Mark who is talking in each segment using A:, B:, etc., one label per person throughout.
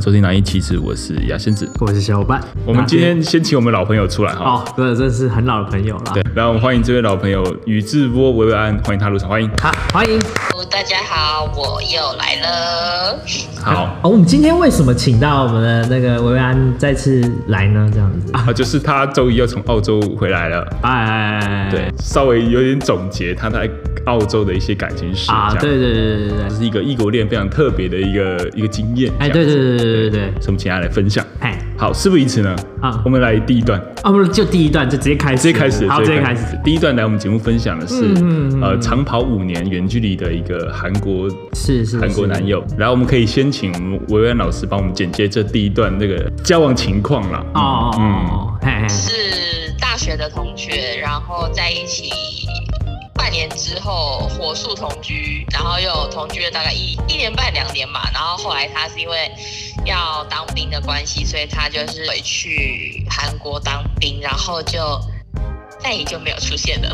A: 收听《南一其实我是牙仙子。
B: 我是小伙伴。
A: 我们今天先请我们老朋友出来哈。
B: 哦，对，真的是很老的朋友了。
A: 对，然后我们欢迎这位老朋友宇智波维维安，欢迎他入场，欢迎。
B: 好，欢迎。
C: 大家好，我又来了。
A: 好，
B: 哦，我们今天为什么请到我们的那个维维安再次来呢？这样子，
A: 啊，就是他周一要从澳洲回来了，
B: 哎，
A: 对，稍微有点总结他在澳洲的一些感情史
B: 啊，
A: 这样
B: 对对对对对
A: 这
B: 对，
A: 是一个异国恋非常特别的一个一个经验。
B: 哎，
A: 这
B: 对
A: 样
B: 对
A: 子
B: 对对对对对，
A: 所以我们请他来分享。
B: 哎，
A: 好，事不宜迟呢，
B: 啊
A: 我们来第一段，
B: 啊，不是，就第一段就直接开始，
A: 直接开始，
B: 好，直接开始。。
A: 第一段来我们节目分享的是
B: 嗯嗯嗯，嗯
A: 呃，长跑五年远距离的一个韩国
B: 是是
A: 韩国男
B: 友
A: 友。然后我们可以先请我们维维安老师帮我们简介这第一段那个交往情况啦。嗯
B: 哦哦哦哦，嘿嘿，
C: 是大学的同学，然后在一起半年之后火速同居，然后又同居了大概一一年半两年嘛。然后后来他是因为要当兵的关系，所以他就是回去韩国当兵，然后就再也就没有出现了。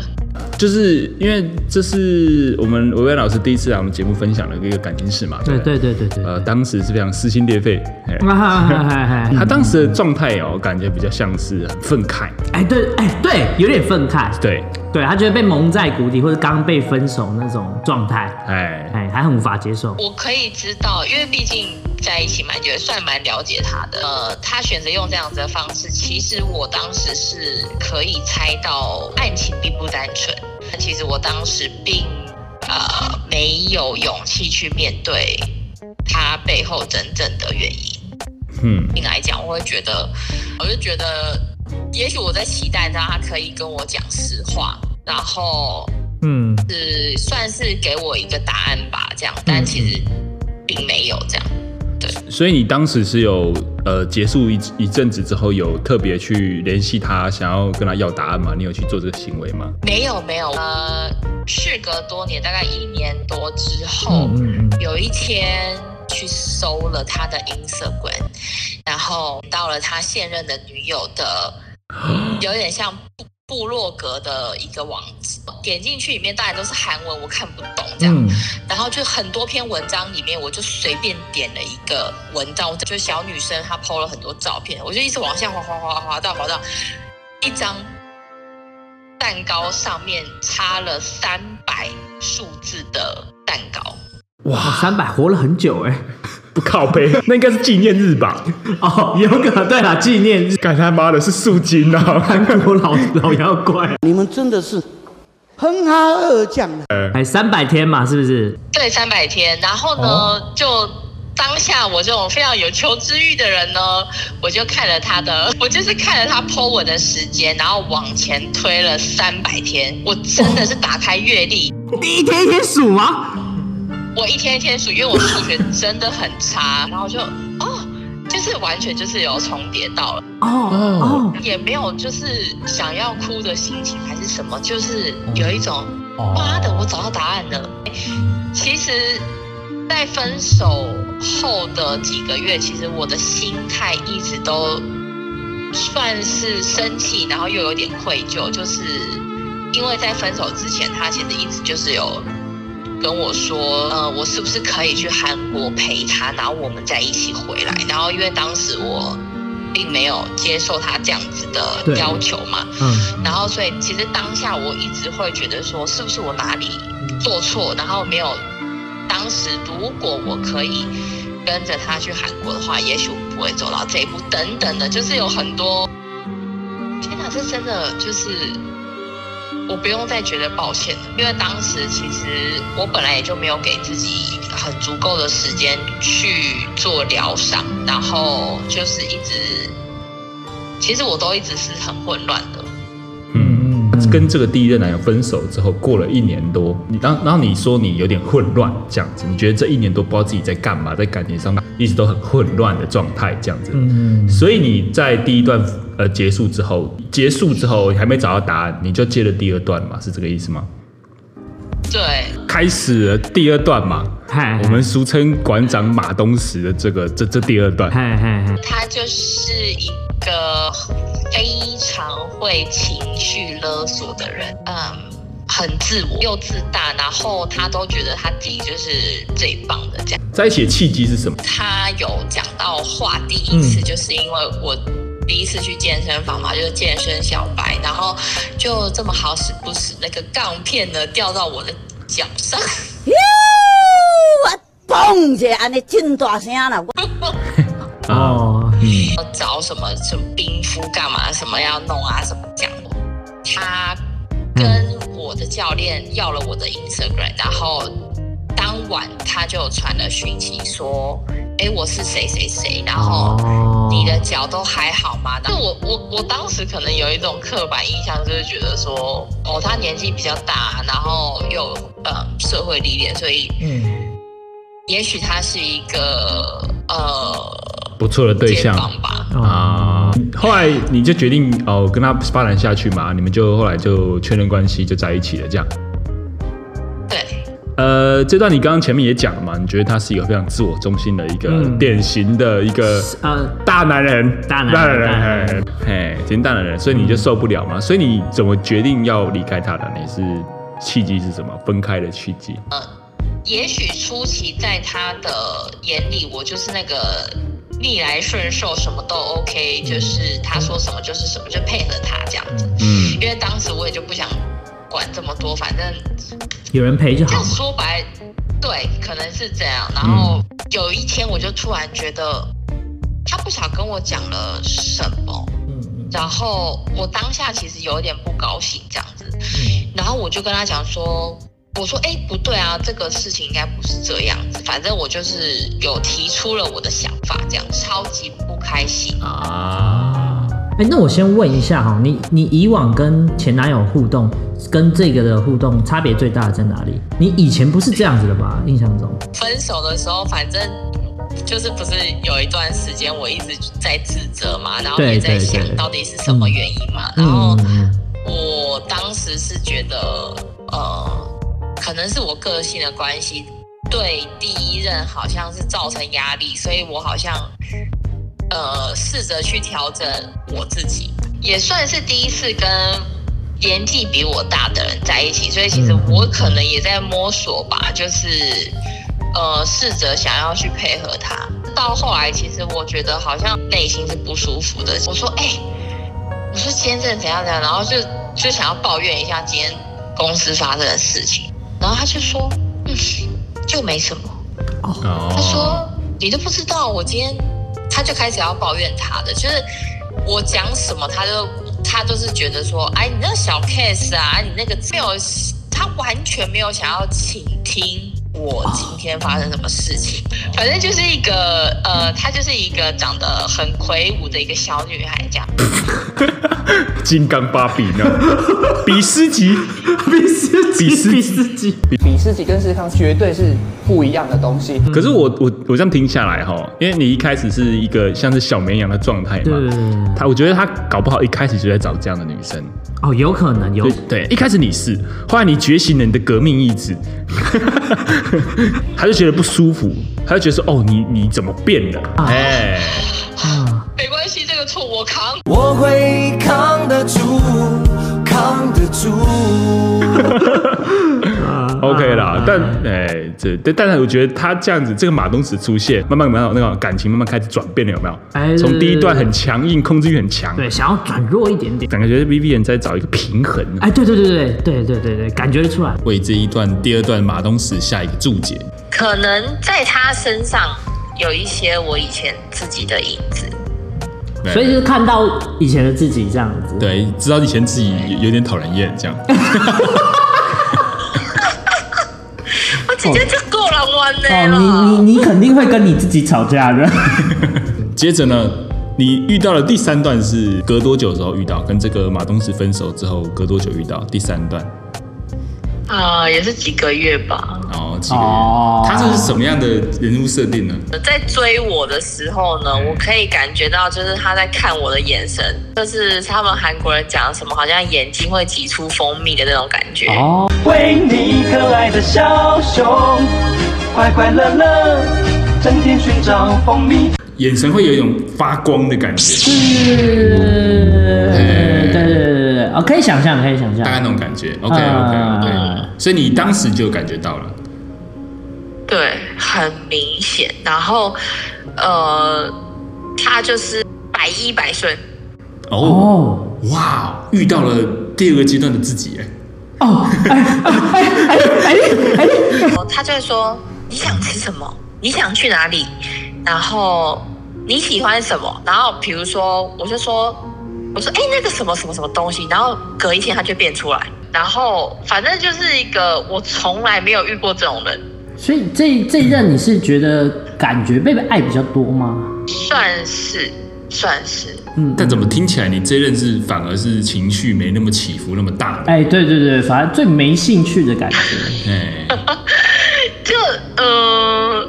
A: 就是因为这是我们维维安老师第一次来我们节目分享的一个感情史嘛。
B: 对
A: 不
B: 对。对对对，
A: 呃，当时是非常撕心裂肺。哎
B: 啊哈哈哈
A: 他
B: 哈，
A: 当时的状态哦，感觉比较像是很愤慨，
B: 哎对哎对，有点愤慨，
A: 对，
B: 对他觉得被蒙在鼓里，或者刚被分手那种状态，
A: 哎，
B: 哎，还很无法接受。
C: 我可以知道，因为毕竟在一起蛮久，算蛮了解他的。呃，他选择用这样子的方式，其实我当时是可以猜到案情并不单纯。但其实我当时并呃没有勇气去面对他背后真正的原因。
A: 嗯，
C: 性来讲，我会觉得，我就觉得，也许我在期待让他可以跟我讲实话，然后
B: 嗯，
C: 是算是给我一个答案吧，这样，但其实
B: 嗯
C: 并没有这样。
A: 所以你当时是有呃结束一一阵子之后，有特别去联系他，想要跟他要答案吗？你有去做这个行为吗？
C: 没有没有，呃，事隔多年，大概一年多之后，
B: 嗯嗯
C: 有一天去搜了他的 Instagram，然后到了他现任的女友 的，有点像部部落格的一个网址，点进去里面当然都是韩文，我看不懂这样。
B: 嗯，
C: 然后就很多篇文章里面，我就随便点了一个文章，我就小女生她 PO 了很多照片，我就一直往下滑滑滑滑到滑到一张蛋糕上面插了三百数字的蛋糕，
A: 哇，
B: 三百活了很久哎、
A: 不靠背， 那应该是纪念日吧？
B: 哦，有可能对啦，纪念日，
A: 干他妈的是素金啊！
B: 韩国老老妖怪，
D: 你们真的是哼哈二将啊！
B: 哎，三百天嘛，是不是？
C: 对，三百天。然后呢，就当下我这种非常有求知欲的人呢，我就看了他的，我就是看了他 PO 文的时间，然后往前推了三百天，我真的是打开阅历。
B: 第一天一天数吗？
C: 我一天一天数，因为我数学真的很差，然后就哦，就是完全就是有重叠到了，
B: 哦哦
C: 也没有就是想要哭的心情还是什么，就是有一种妈的，我找到答案了。其实，在分手后的几个月，其实我的心态一直都算是生气，然后又有点愧疚，就是因为在分手之前，他其实一直就是有跟我说，呃，我是不是可以去韩国陪他，然后我们再一起回来。然后因为当时我并没有接受他这样子的
B: 对
C: 要求嘛，
B: 嗯，
C: 然后所以其实当下我一直会觉得说，是不是我哪里做错，然后没有当时如果我可以跟着他去韩国的话，也许我不会走到这一步，等等的，就是有很多。天哪，这真的就是我不用再觉得抱歉了，因为当时其实我本来也就没有给自己很足够的时间去做疗伤，然后就是一直，其实我都一直是很混乱的。
A: 嗯，跟这个第一任男友分手之后，过了一年多，你然后然后你说你有点混乱这样子，你觉得这一年多不知道自己在干嘛，在感情上一直都很混乱的状态这样子。
B: 嗯
A: 所以你在第一段呃结束之后，结束之后还没找到答案，你就接了第二段嘛，是这个意思吗？
C: 对，
A: 开始了第二段嘛，
B: 嗨，
A: 我们俗称馆长马东石的这个这这第二段，
B: 嗨嗨嗨，
C: 他就是一个非常会情绪勒索的人，嗯，很自我又自大，然后他都觉得他自己就是最棒的这样。
A: 在一起的契机是什么？
C: 他有讲到话第一次，就是因为我第一次去健身房嘛，就是健身小白，然后就这么好死不死，那个杠片呢掉到我的脚上，
E: 哟，嘣一下，安尼真大声啦！我
B: 哦，
A: 嗯
C: 要找什么什么冰敷干嘛，什么要弄啊，什么讲的。他跟我的教练要了我的 Instagram，然后当晚他就传了讯息说：“哎，我是谁谁谁，然后
B: 哦
C: 你的脚都还好吗？”那我我我当时可能有一种刻板印象，就是觉得说，哦，他年纪比较大，然后又呃社会历练，所以
B: 嗯，
C: 也许他是一个呃
A: 不错的对
C: 肩
A: 象
C: 膀吧。
B: 哦，
A: 啊。后来你就决定哦，跟他发展下去嘛，你们就后来就确认关系，就在一起了，这样。
C: 对，
A: 呃，这段你刚刚前面也讲了嘛，你觉得他是一个非常自我中心的一个、
B: 嗯
A: 典型的一个
B: 呃，
A: 大男人，
B: 大男人大男人，嗯
A: 嘿，已经大男人，所以你就受不了嘛，所以你怎么决定要离开他的？你是契机是什么？分开的契机？
C: 呃也许初期在他的眼里，我就是那个逆来顺受，什么都 OK，就是他说什么就是什么，就配合他这样子。
A: 嗯
C: 因为当时我也就不想管这么多，反正
B: 有人陪就好
C: 就
B: 嘛。
C: 说白，对，可能是这样。然后有一天，我就突然觉得他不想跟我讲了什么，
B: 嗯
C: 然后我当下其实有点不高兴这样子。
B: 嗯
C: 然后我就跟他讲说，我说，哎，不对啊，这个事情应该不是这样子。反正我就是有提出了我的想法，这样超级不开心。
A: 啊，
B: 哎、那我先问一下哈，你你以往跟前男友互动，跟这个的互动差别最大的在哪里？你以前不是这样子的吧？印象中，
C: 分手的时候，反正就是不是有一段时间我一直在自责嘛，然后
B: 对
C: 也在
B: 对
C: 想
B: 对嗯
C: 到底是什么原因嘛。然后我当时是觉得，呃，可能是我个性的关系，对第一任好像是造成压力，所以我好像呃试着去调整我自己，也算是第一次跟。年纪比我大的人在一起，所以其实
B: 嗯
C: 我可能也在摸索吧，就是呃试着想要去配合他。到后来，其实我觉得好像内心是不舒服的。我说，哎、我说今天真的怎样怎样，然后就就想要抱怨一下今天公司发生的事情，然后他就说，嗯，就没什么。他
A: 哦，
C: 说你都不知道，我今天他就开始要抱怨他的，就是我讲什么，他就他就是觉得说，哎，你那个小 case 啊，你那个没有，他完全没有想要倾听。我今天发生什么事情？反正就是一个呃，她就是一个长得很魁梧的一个小女孩这样。
A: 金刚芭比 呢？比斯吉，
B: 比斯
A: 比斯
B: 比斯基，
F: 比斯吉跟世康绝对是不一样的东西。
A: 可是我我我这样听下来哈，因为你一开始是一个像是小绵羊的状态
B: 对对对
A: 嘛，
B: 对
A: 他我觉得他搞不好一开始就在找这样的女生，
B: 哦，有可能有
A: 对，对，一开始你是，后来你觉醒了你的革命意 志，他就觉得不舒服，他就觉得说哦，你你怎么变了？哎、
B: 啊，
C: 没关系，这个错我扛。
G: 我会扛得住，扛得住。
A: o k 啦，
B: 嗯
A: 但哎、这但但是我觉得他这样子，这个马东石出现，慢慢慢慢那个感情慢慢开始转变了，有没
B: 哎
A: 有？从第一段很强硬，控制欲很强，
B: 对，想要转弱一点点。
A: 感觉 Vivian 在找一个平衡。啊
B: 哎，对对对对对对对对，感觉得出来。
A: 为这一段第二段马东石下一个注解，
C: 可能在他身上有一些我以前自己的影子。
A: 对
B: 所以就是看到以前的自己这样子。
A: 对，知道以前自己有有点讨人厌 这样。
C: 我直接就够了弯的
B: 哦，你你你肯定会跟你自己吵架的。
A: 接着呢，你遇到了第三段是隔多久之后遇到？跟这个马东石分手之后隔多久遇到？第三段，
C: 啊、也是几个月吧。
A: 然后几个月。
B: 哦
A: 他这是什么样的人物设定呢？
C: 在追我的时候呢，我可以感觉到，就是他在看我的眼神，就是他们韩国人讲什么，好像眼睛会挤出蜂蜜的那种感觉。
B: 哦，
G: 为你可爱的小熊，快快乐乐，整天寻找蜂蜜。
A: 眼神会有一种发光的感觉，
B: 啊对对对对对，哦，可以想象，可以想象
A: 大。概那种感觉。OK OK OK，、
B: 嗯
A: 所以你当时就感觉到了。
C: 对，很明显，然后呃，他就是百依百顺，
A: 哦，
B: 哦
A: 哇，遇到了第二个阶段的自己，哎，
B: 哦，哎哎哎哎哎，
C: 他就会说你想吃什么，你想去哪里，然后你喜欢什么，然后比如说我就说我说哎、那个什么什么什么东西，然后隔一天他就变出来，然后反正就是一个我从来没有遇过这种人，
B: 所以这这一任你是觉得感觉被爱比较多吗？
C: 算是算是
B: 嗯，
A: 但怎么听起来你这认识反而是情绪没那么起伏那么大的？
B: 哎，对对对，反正最没兴趣的感觉。
A: 哎，
C: 就呃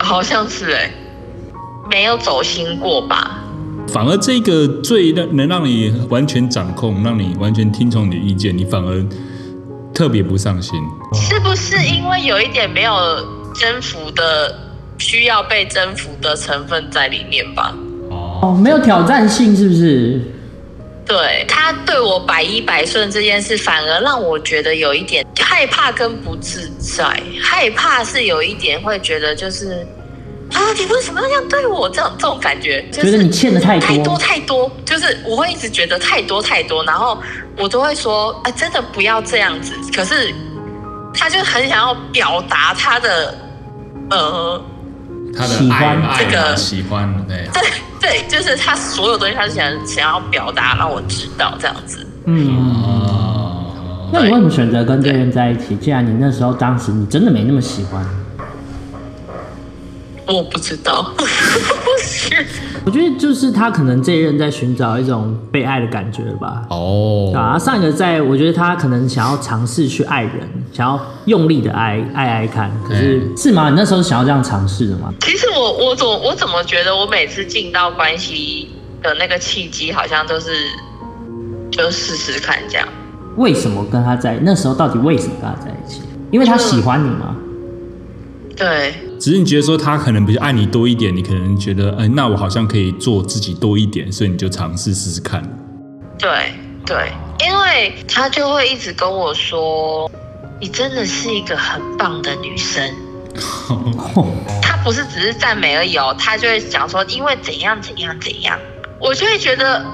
C: 好像是哎、没有走心过吧。
A: 反而这个最让能让你完全掌控，让你完全听从你的意见，你反而特别不上心。
C: 是不是因为有一点没有征服的需要被征服的成分在里面吧？
A: 哦，
B: 哦，没有挑战性是不是？
C: 对他对我百依百顺这件事，反而让我觉得有一点害怕跟不自在。害怕是有一点会觉得就是啊，你为什么要这样对我？这种这种感觉，就是、
B: 觉得你欠的太多
C: 太多太多，就是我会一直觉得太多太多，然后我都会说啊，真的不要这样子。可是他就很想要表达他的呃
A: 他
B: 喜
A: 的
B: 欢
A: 爱爱
C: 这个
A: 喜欢，哎对，
C: 对对，就是他所有东西，他是想想要表达让我知道这样子。
B: 嗯，
A: 哦，
B: 那你为什么选择跟这个人在一起？既然你那时候当时你真的没那么喜欢，
C: 我不知道，不是
B: 我觉得就是他可能这一任在寻找一种被爱的感觉吧。
A: 哦，
B: 啊，上一个在我觉得他可能想要尝试去爱人，想要用力的爱爱爱看，可是、
A: 嗯
B: 是吗？你那时候是想要这样尝试的吗？
C: 其实我我怎我怎么觉得我每次进到关系的那个契机，好像都是就试试看这样。
B: 为什么跟他在那时候到底为什么跟他在一起？因为他喜欢你吗？
C: 对，
A: 只是你觉得说他可能比较爱你多一点，你可能觉得，哎，那我好像可以做自己多一点，所以你就尝试试试看。
C: 对对，因为他就会一直跟我说，你真的是一个很棒的 女生。他不是只是赞美而已哦，他就会讲说，因为怎样怎样怎样，我就会觉得，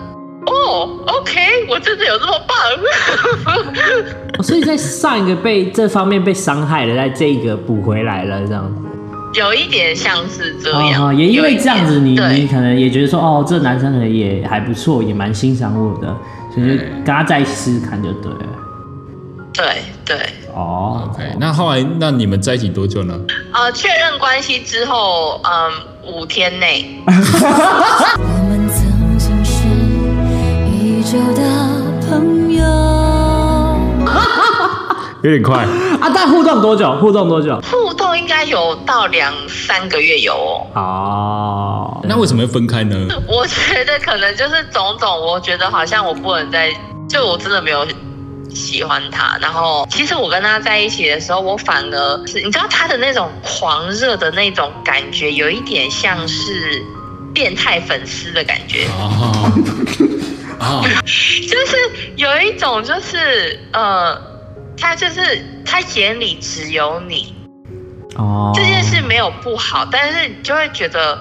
C: 哦，OK，我真的有这么棒。
B: 哦所以在上一个被这方面被伤害了，在这个补回来了，这样。
C: 有一点像是这样，
B: 哦，哦也因为这样子你，
C: 有
B: 你
C: 一点
B: 可能也觉得说，哦，这男生可能也还不错，也蛮欣赏我的，所以就跟
C: 嗯
B: 他在一起试试看就对了。
C: 对对对，
B: 哦
A: OK，那后来那你们在一起多久呢？
C: 呃，确认关系之后，嗯，五天内，
H: 我们曾经是已久的朋友。
A: 有点快，
B: 啊，但互动多久？互动多久？
C: 互动应该有到两三个月有哦。
B: 哦，
A: 那为什么会分开呢？
C: 我觉得可能就是种种，我觉得好像我不能再，就我真的没有喜欢他。然后其实我跟他在一起的时候，我反而是你知道他的那种狂热的那种感觉，有一点像是变态粉丝的感觉，
A: 哦，哦，
C: 就是有一种就是呃，他就是他眼里只有你，
B: 哦，
C: 这件事没有不好，但是你就会觉得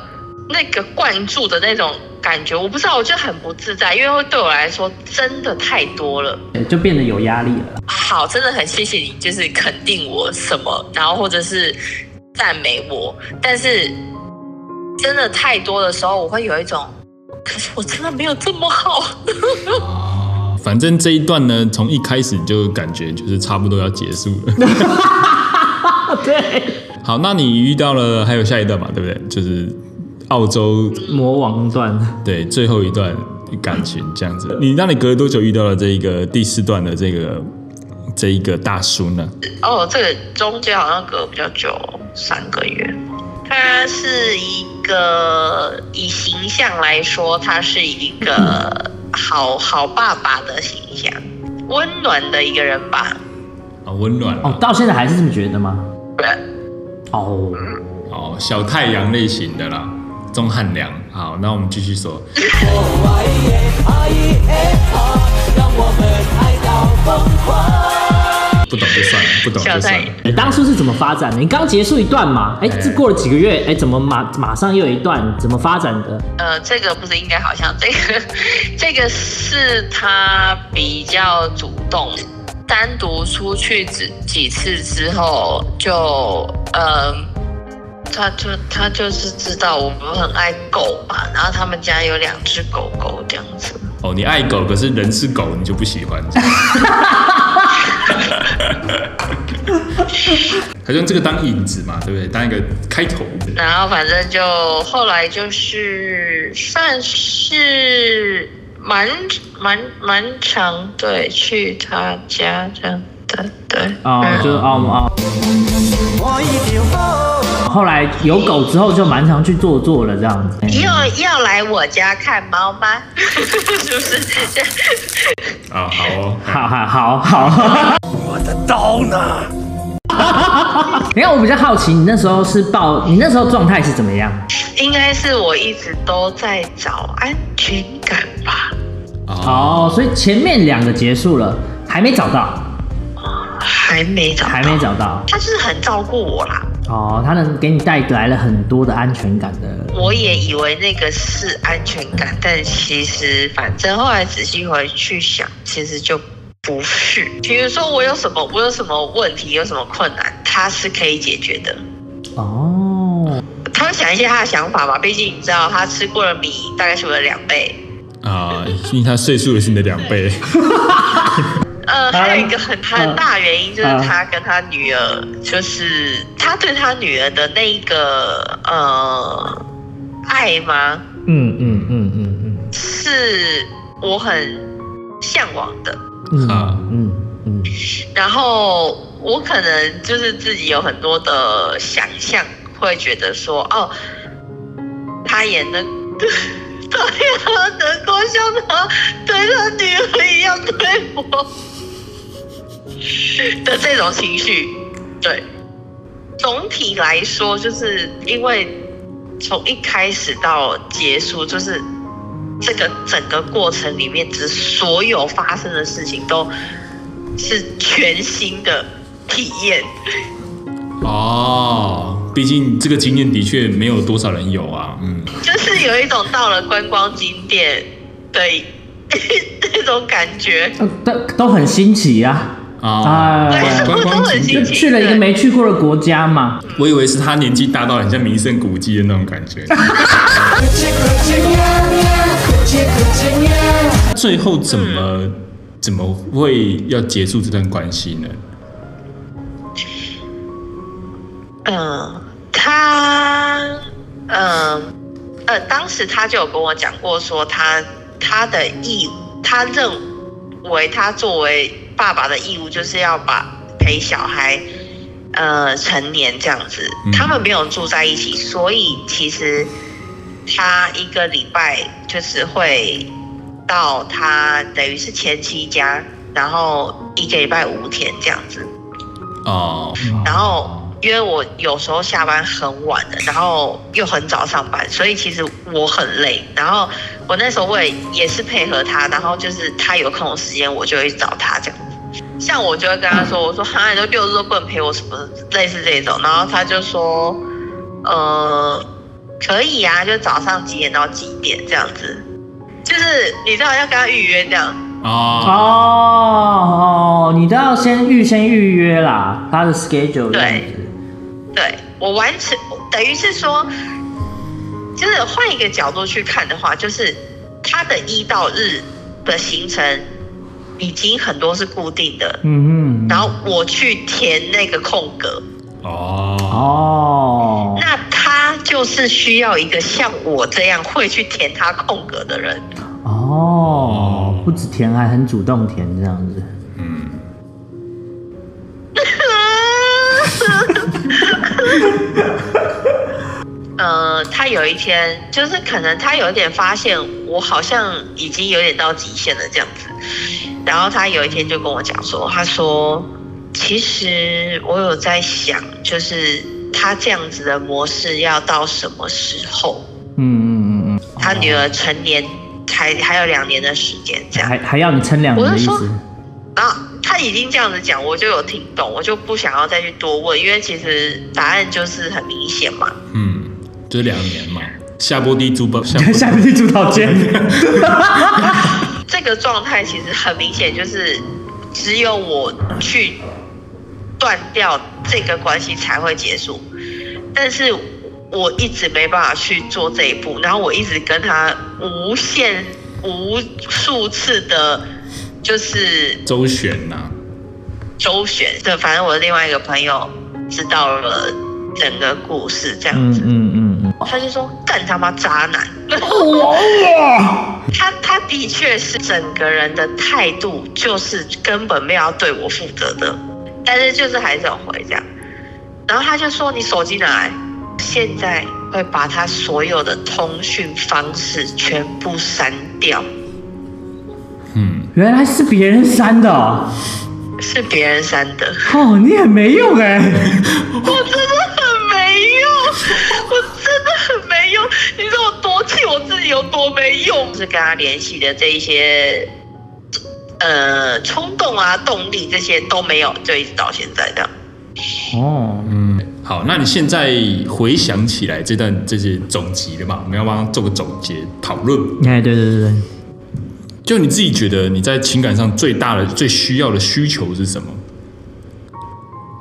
C: 那个灌注的那种感觉，我不知道，我就很不自在，因为对我来说真的太多了。
B: 对就变得有压力了。
C: 好，真的很谢谢你，就是肯定我什么，然后或者是赞美我，但是真的太多的时候，我会有一种，可是我真的没有这么好。
A: 反正这一段呢，从一开始就感觉就是差不多要结束 了。
B: 啊，对，
A: 好，那你遇到了还有下一段嘛？对不对？就是澳洲
B: 魔王段，
A: 对最后一段感情这样子。你那你隔了多久遇到了这一个第四段的这个这一个大叔呢？
C: 哦，这个中间好像隔比较久，三个月。他是一个以形象来说，他是一个好好爸爸的形象，温暖的一个人吧。
A: 啊，温暖
B: 哦，到现在还是这么觉得吗？哦，
A: 哦，小太阳类型的啦，钟汉良。好，那我们继续说。不懂就算了，不懂就算了。
B: 你当初是怎么发展的？你刚结束一段嘛，哎、这过了几个月，哎、怎么马马上又有一段？怎么发展的？
C: 呃，这个不是应该好像这个，这个是他比较主动，单独出去几几次之后就，呃，他就他就是知道我们很爱狗嘛，然后他们家有两只狗狗这样子。
A: 哦，你爱狗，可是人是狗，你就不喜 欢。他就用这个当引子嘛，对不对？当一个开头。
C: 然后反正就后来就是算是蛮蛮蛮长对去他家这样的对
B: 哦，
C: 嗯
B: 就是哦哦。后来有狗之后，就蛮常去做做了这样子。
C: 要要来我家看猫 吗？是不是？
A: 啊、好哦，
B: 好好好好，我 的刀呢？你看，我比较好奇，你那时候是抱，你那时候状态是怎么样？
C: 应该是我一直都在找安全感吧，
B: 哦，所以前面两个结束了，还没找到，
C: 还没找到，
B: 还没找到。
C: 他就是很照顾我啦。
B: 哦，他能给你带来了很多的安全感的。
C: 我也以为那个是安全感，但其实反正后来仔细回去想，其实就不是。比如说我有什么，我有什么问题，有什么困难，他是可以解决的。
B: 哦，
C: 他会想一些他的想法吧，毕竟你知道他吃过的米大概是我的两倍。
A: 啊、因为他岁数也是你的两倍。
C: 呃，还有一个很很大原因就是
B: 啊
C: 他跟他女儿，就是他对他女儿的那一个呃爱吗？
B: 嗯嗯嗯嗯
C: 是我很向往的。
B: 嗯
A: 啊
B: 嗯嗯
C: 然后我可能就是自己有很多的想象，会觉得说，哦，他也能，啊他也能够像他对他女儿一样对我的这种情绪。对，总体来说，就是因为从一开始到结束，就是这个整个过程里面，只所有发生的事情都是全新的体验。
A: 哦，毕竟这个经验的确没有多少人有啊。嗯，
C: 就是有一种到了观光景点的 那种感觉。
B: 嗯，都都很新奇呀、啊。
A: 啊、
B: 啊，
C: 对，
A: 观
C: 我
A: 光
C: 都很
A: 景
B: 就
C: 新奇。
B: 去了一个没去过的国家嘛。
A: 我以为是他年纪大到很像名胜古迹的那种感觉。最后怎么怎么会要结束这段关系呢？
C: 嗯、他，嗯、呃，当时他就有跟我讲过，说他他的义，他认为他作为爸爸的义务就是要把陪小孩，呃，成年这样子
A: 嗯。
C: 他们没有住在一起，所以其实他一个礼拜就是会到他等于是前妻家，然后一个礼拜五天这样子。
A: 哦，
C: 然后因为我有时候下班很晚的，然后又很早上班，所以其实我很累。然后我那时候我也也是配合他，然后就是他有空的时间我就会去找他这样子。像我就会跟他说，我说哈，你都六日都不能陪我什么类似这种，然后他就说，呃，可以啊，就早上几点到几点这样子，就是你知道要跟他预约这样。
A: 哦，
B: 哦哦，你都要先预先预约啦，他的 schedule 这样
C: 对
B: 子。
C: 对我完成，等于是说，就是换一个角度去看的话，就是他的一到日的行程已经很多是固定的，
B: 嗯嗯。
C: 然后我去填那个空格，
A: 哦，
B: 哦，
C: 那他就是需要一个像我这样会去填他空格的人。
B: 哦，不止填，还很主动填这样子。
C: 呃，他有一天就是可能他有点发现我好像已经有点到极限了这样子，然后他有一天就跟我讲说，他说其实我有在想，就是他这样子的模式要到什么时候？
B: 嗯嗯嗯嗯，
C: 他女儿成年还还有两年的时间这样，
B: 还还要你撑两年的意
C: 我是
B: 思？
C: 然后他已经这样子讲，我就有听懂，我就不想要再去多问，因为其实答案就是很明显嘛。
A: 嗯，就是两年嘛，下波低租包，下
B: 看
A: 波
B: 下面去主导间，
C: 这个状态其实很明显，就是只有我去断掉这个关系才会结束，但是我一直没办法去做这一步，然后我一直跟他无限无数次的，就是
A: 周旋呐、
C: 周旋。对，反正我的另外一个朋友知道了整个故事，这样
B: 嗯
C: 子，
B: 嗯嗯嗯，
C: 他就说干他妈渣男。 他他的确是整个人的态度就是根本没有要对我负责的，但是就是还是有回这样。然后他就说：“你手机拿来。”现在会把他所有的通讯方式全部删掉，
A: 嗯，
B: 原来是别人删的哦，
C: 是别人删的。
B: 哦你很没用哎，
C: 我真的很没用，我真的很没用。你知道我多气我自己有多没用？是跟他联系的这一些，呃，冲动啊、动力这些都没有，就一直到现在这样。
B: 哦，
A: 嗯，好，那你现在回想起来这段这些总结的嘛，我们要帮他做个总结讨论。
B: 哎对对对对，
A: 就你自己觉得你在情感上最大的、最需要的需求是什么？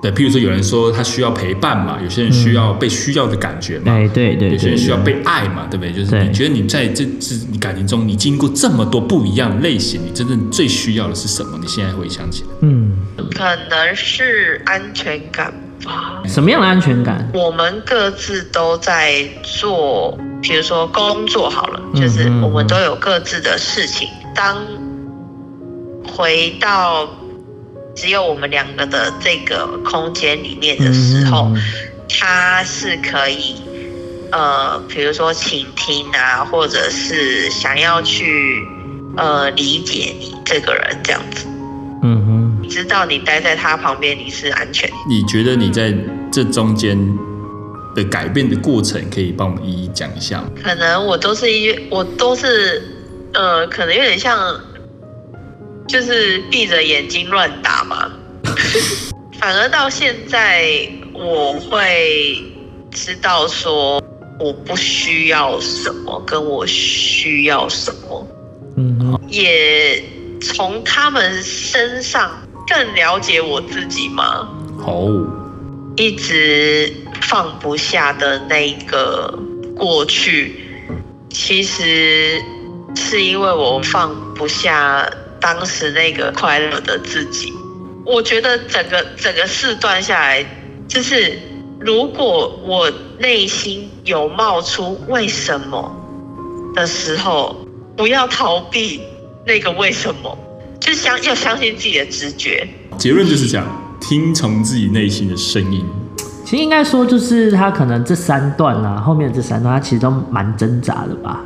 A: 对，譬如说有人说他需要陪伴嘛，有些人需要被需要的感觉嘛，
B: 哎对对对，
A: 有些人需要
B: 对
A: 被爱嘛，对不对？就是
B: 对
A: 你觉得你在这这你感情中，你经过这么多不一样的类型，你真正最需要的是什么？你现在回想起来，
B: 嗯，
C: 可能是安全感吧。
B: 什么样的安全感？
C: 我们各自都在做，比如说工作好了，
B: 嗯
C: 就是我们
B: 嗯
C: 都有各自的事情。当回到只有我们两个的这个空间里面的时
B: 嗯
C: 候，他是可以呃，比如说倾听啊，或者是想要去呃理解你这个人这样子，
B: 嗯哼，
C: 知道你待在他旁边你是安全的
A: 你觉得你在这中间的改变的过程，可以帮我们一一讲一下吗？
C: 可能我都是一，我都是，呃，可能有点像，就是闭着眼睛乱打嘛。 反而到现在，我会知道说我不需要什么，跟我需要什么，
B: 嗯哼，
C: 也从他们身上更了解我自己嘛。
A: 哦，
C: 一直放不下的那个过去，其实是因为我放不下当时那个快乐的自己。我觉得整个整个四段下来，就是如果我内心有冒出为什么的时候，不要逃避那个为什么，就相要相信自己的直觉。
A: 结论就是这样，听从自己内心的声音。
B: 其实应该说就是他可能这三段啦、后面这三段他其实都蛮挣扎的吧。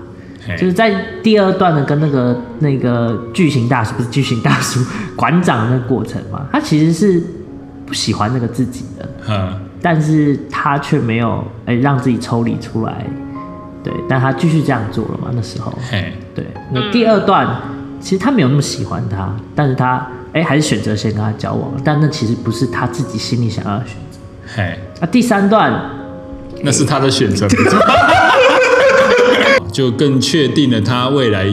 A: 嘿
B: 就是在第二段的跟那个那个巨型大叔不是巨型大叔 馆长的那个过程嘛，他其实是不喜欢那个自己的，
A: 嗯
B: 但是他却没有哎、让自己抽离出来，对，但他继续这样做了嘛，那时候，
A: 嘿，
B: 对，那第二段其实他没有那么喜欢他，但是他哎、还是选择先跟他交往，但那其实不是他自己心里想要的选择。
A: 嘿，
B: 那、第三段，
A: 那是他的选 择，没错就更确定了他未来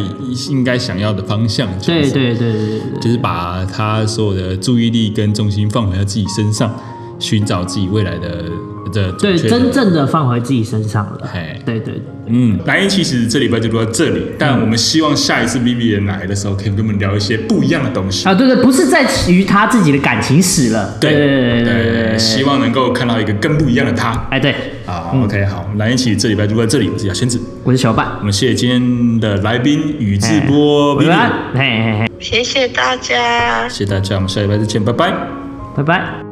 A: 应该想要的方向。就是
B: 对对对对对对，
A: 就是把他所有的注意力跟重心放回到自己身上，寻找自己未来的的准
B: 对，
A: 确的
B: 真正的放回自己身上了
A: 嘿。
B: 对对对，
A: 嗯，来音其实这礼拜就录到这里，
B: 嗯
A: 但我们希望下一次 Vivian 来的时候，可以跟我们聊一些不一样的东西。
B: 啊，对对，不是在于他自己的感情史了。
A: 对
B: 对对对对
A: 对，希望能够看到一个更不一样的他。
B: 哎，对，
A: 好、o k 好，来音其实这礼拜就录到这里，我是雅仙子，
B: 我是小伴。
A: 我们谢谢今天的来宾宇智波
B: 晚
A: Vivian。
B: 安，嘿嘿嘿，
C: 谢谢大家。
A: 谢谢大家，我们下礼拜再见，拜拜。
B: 拜拜。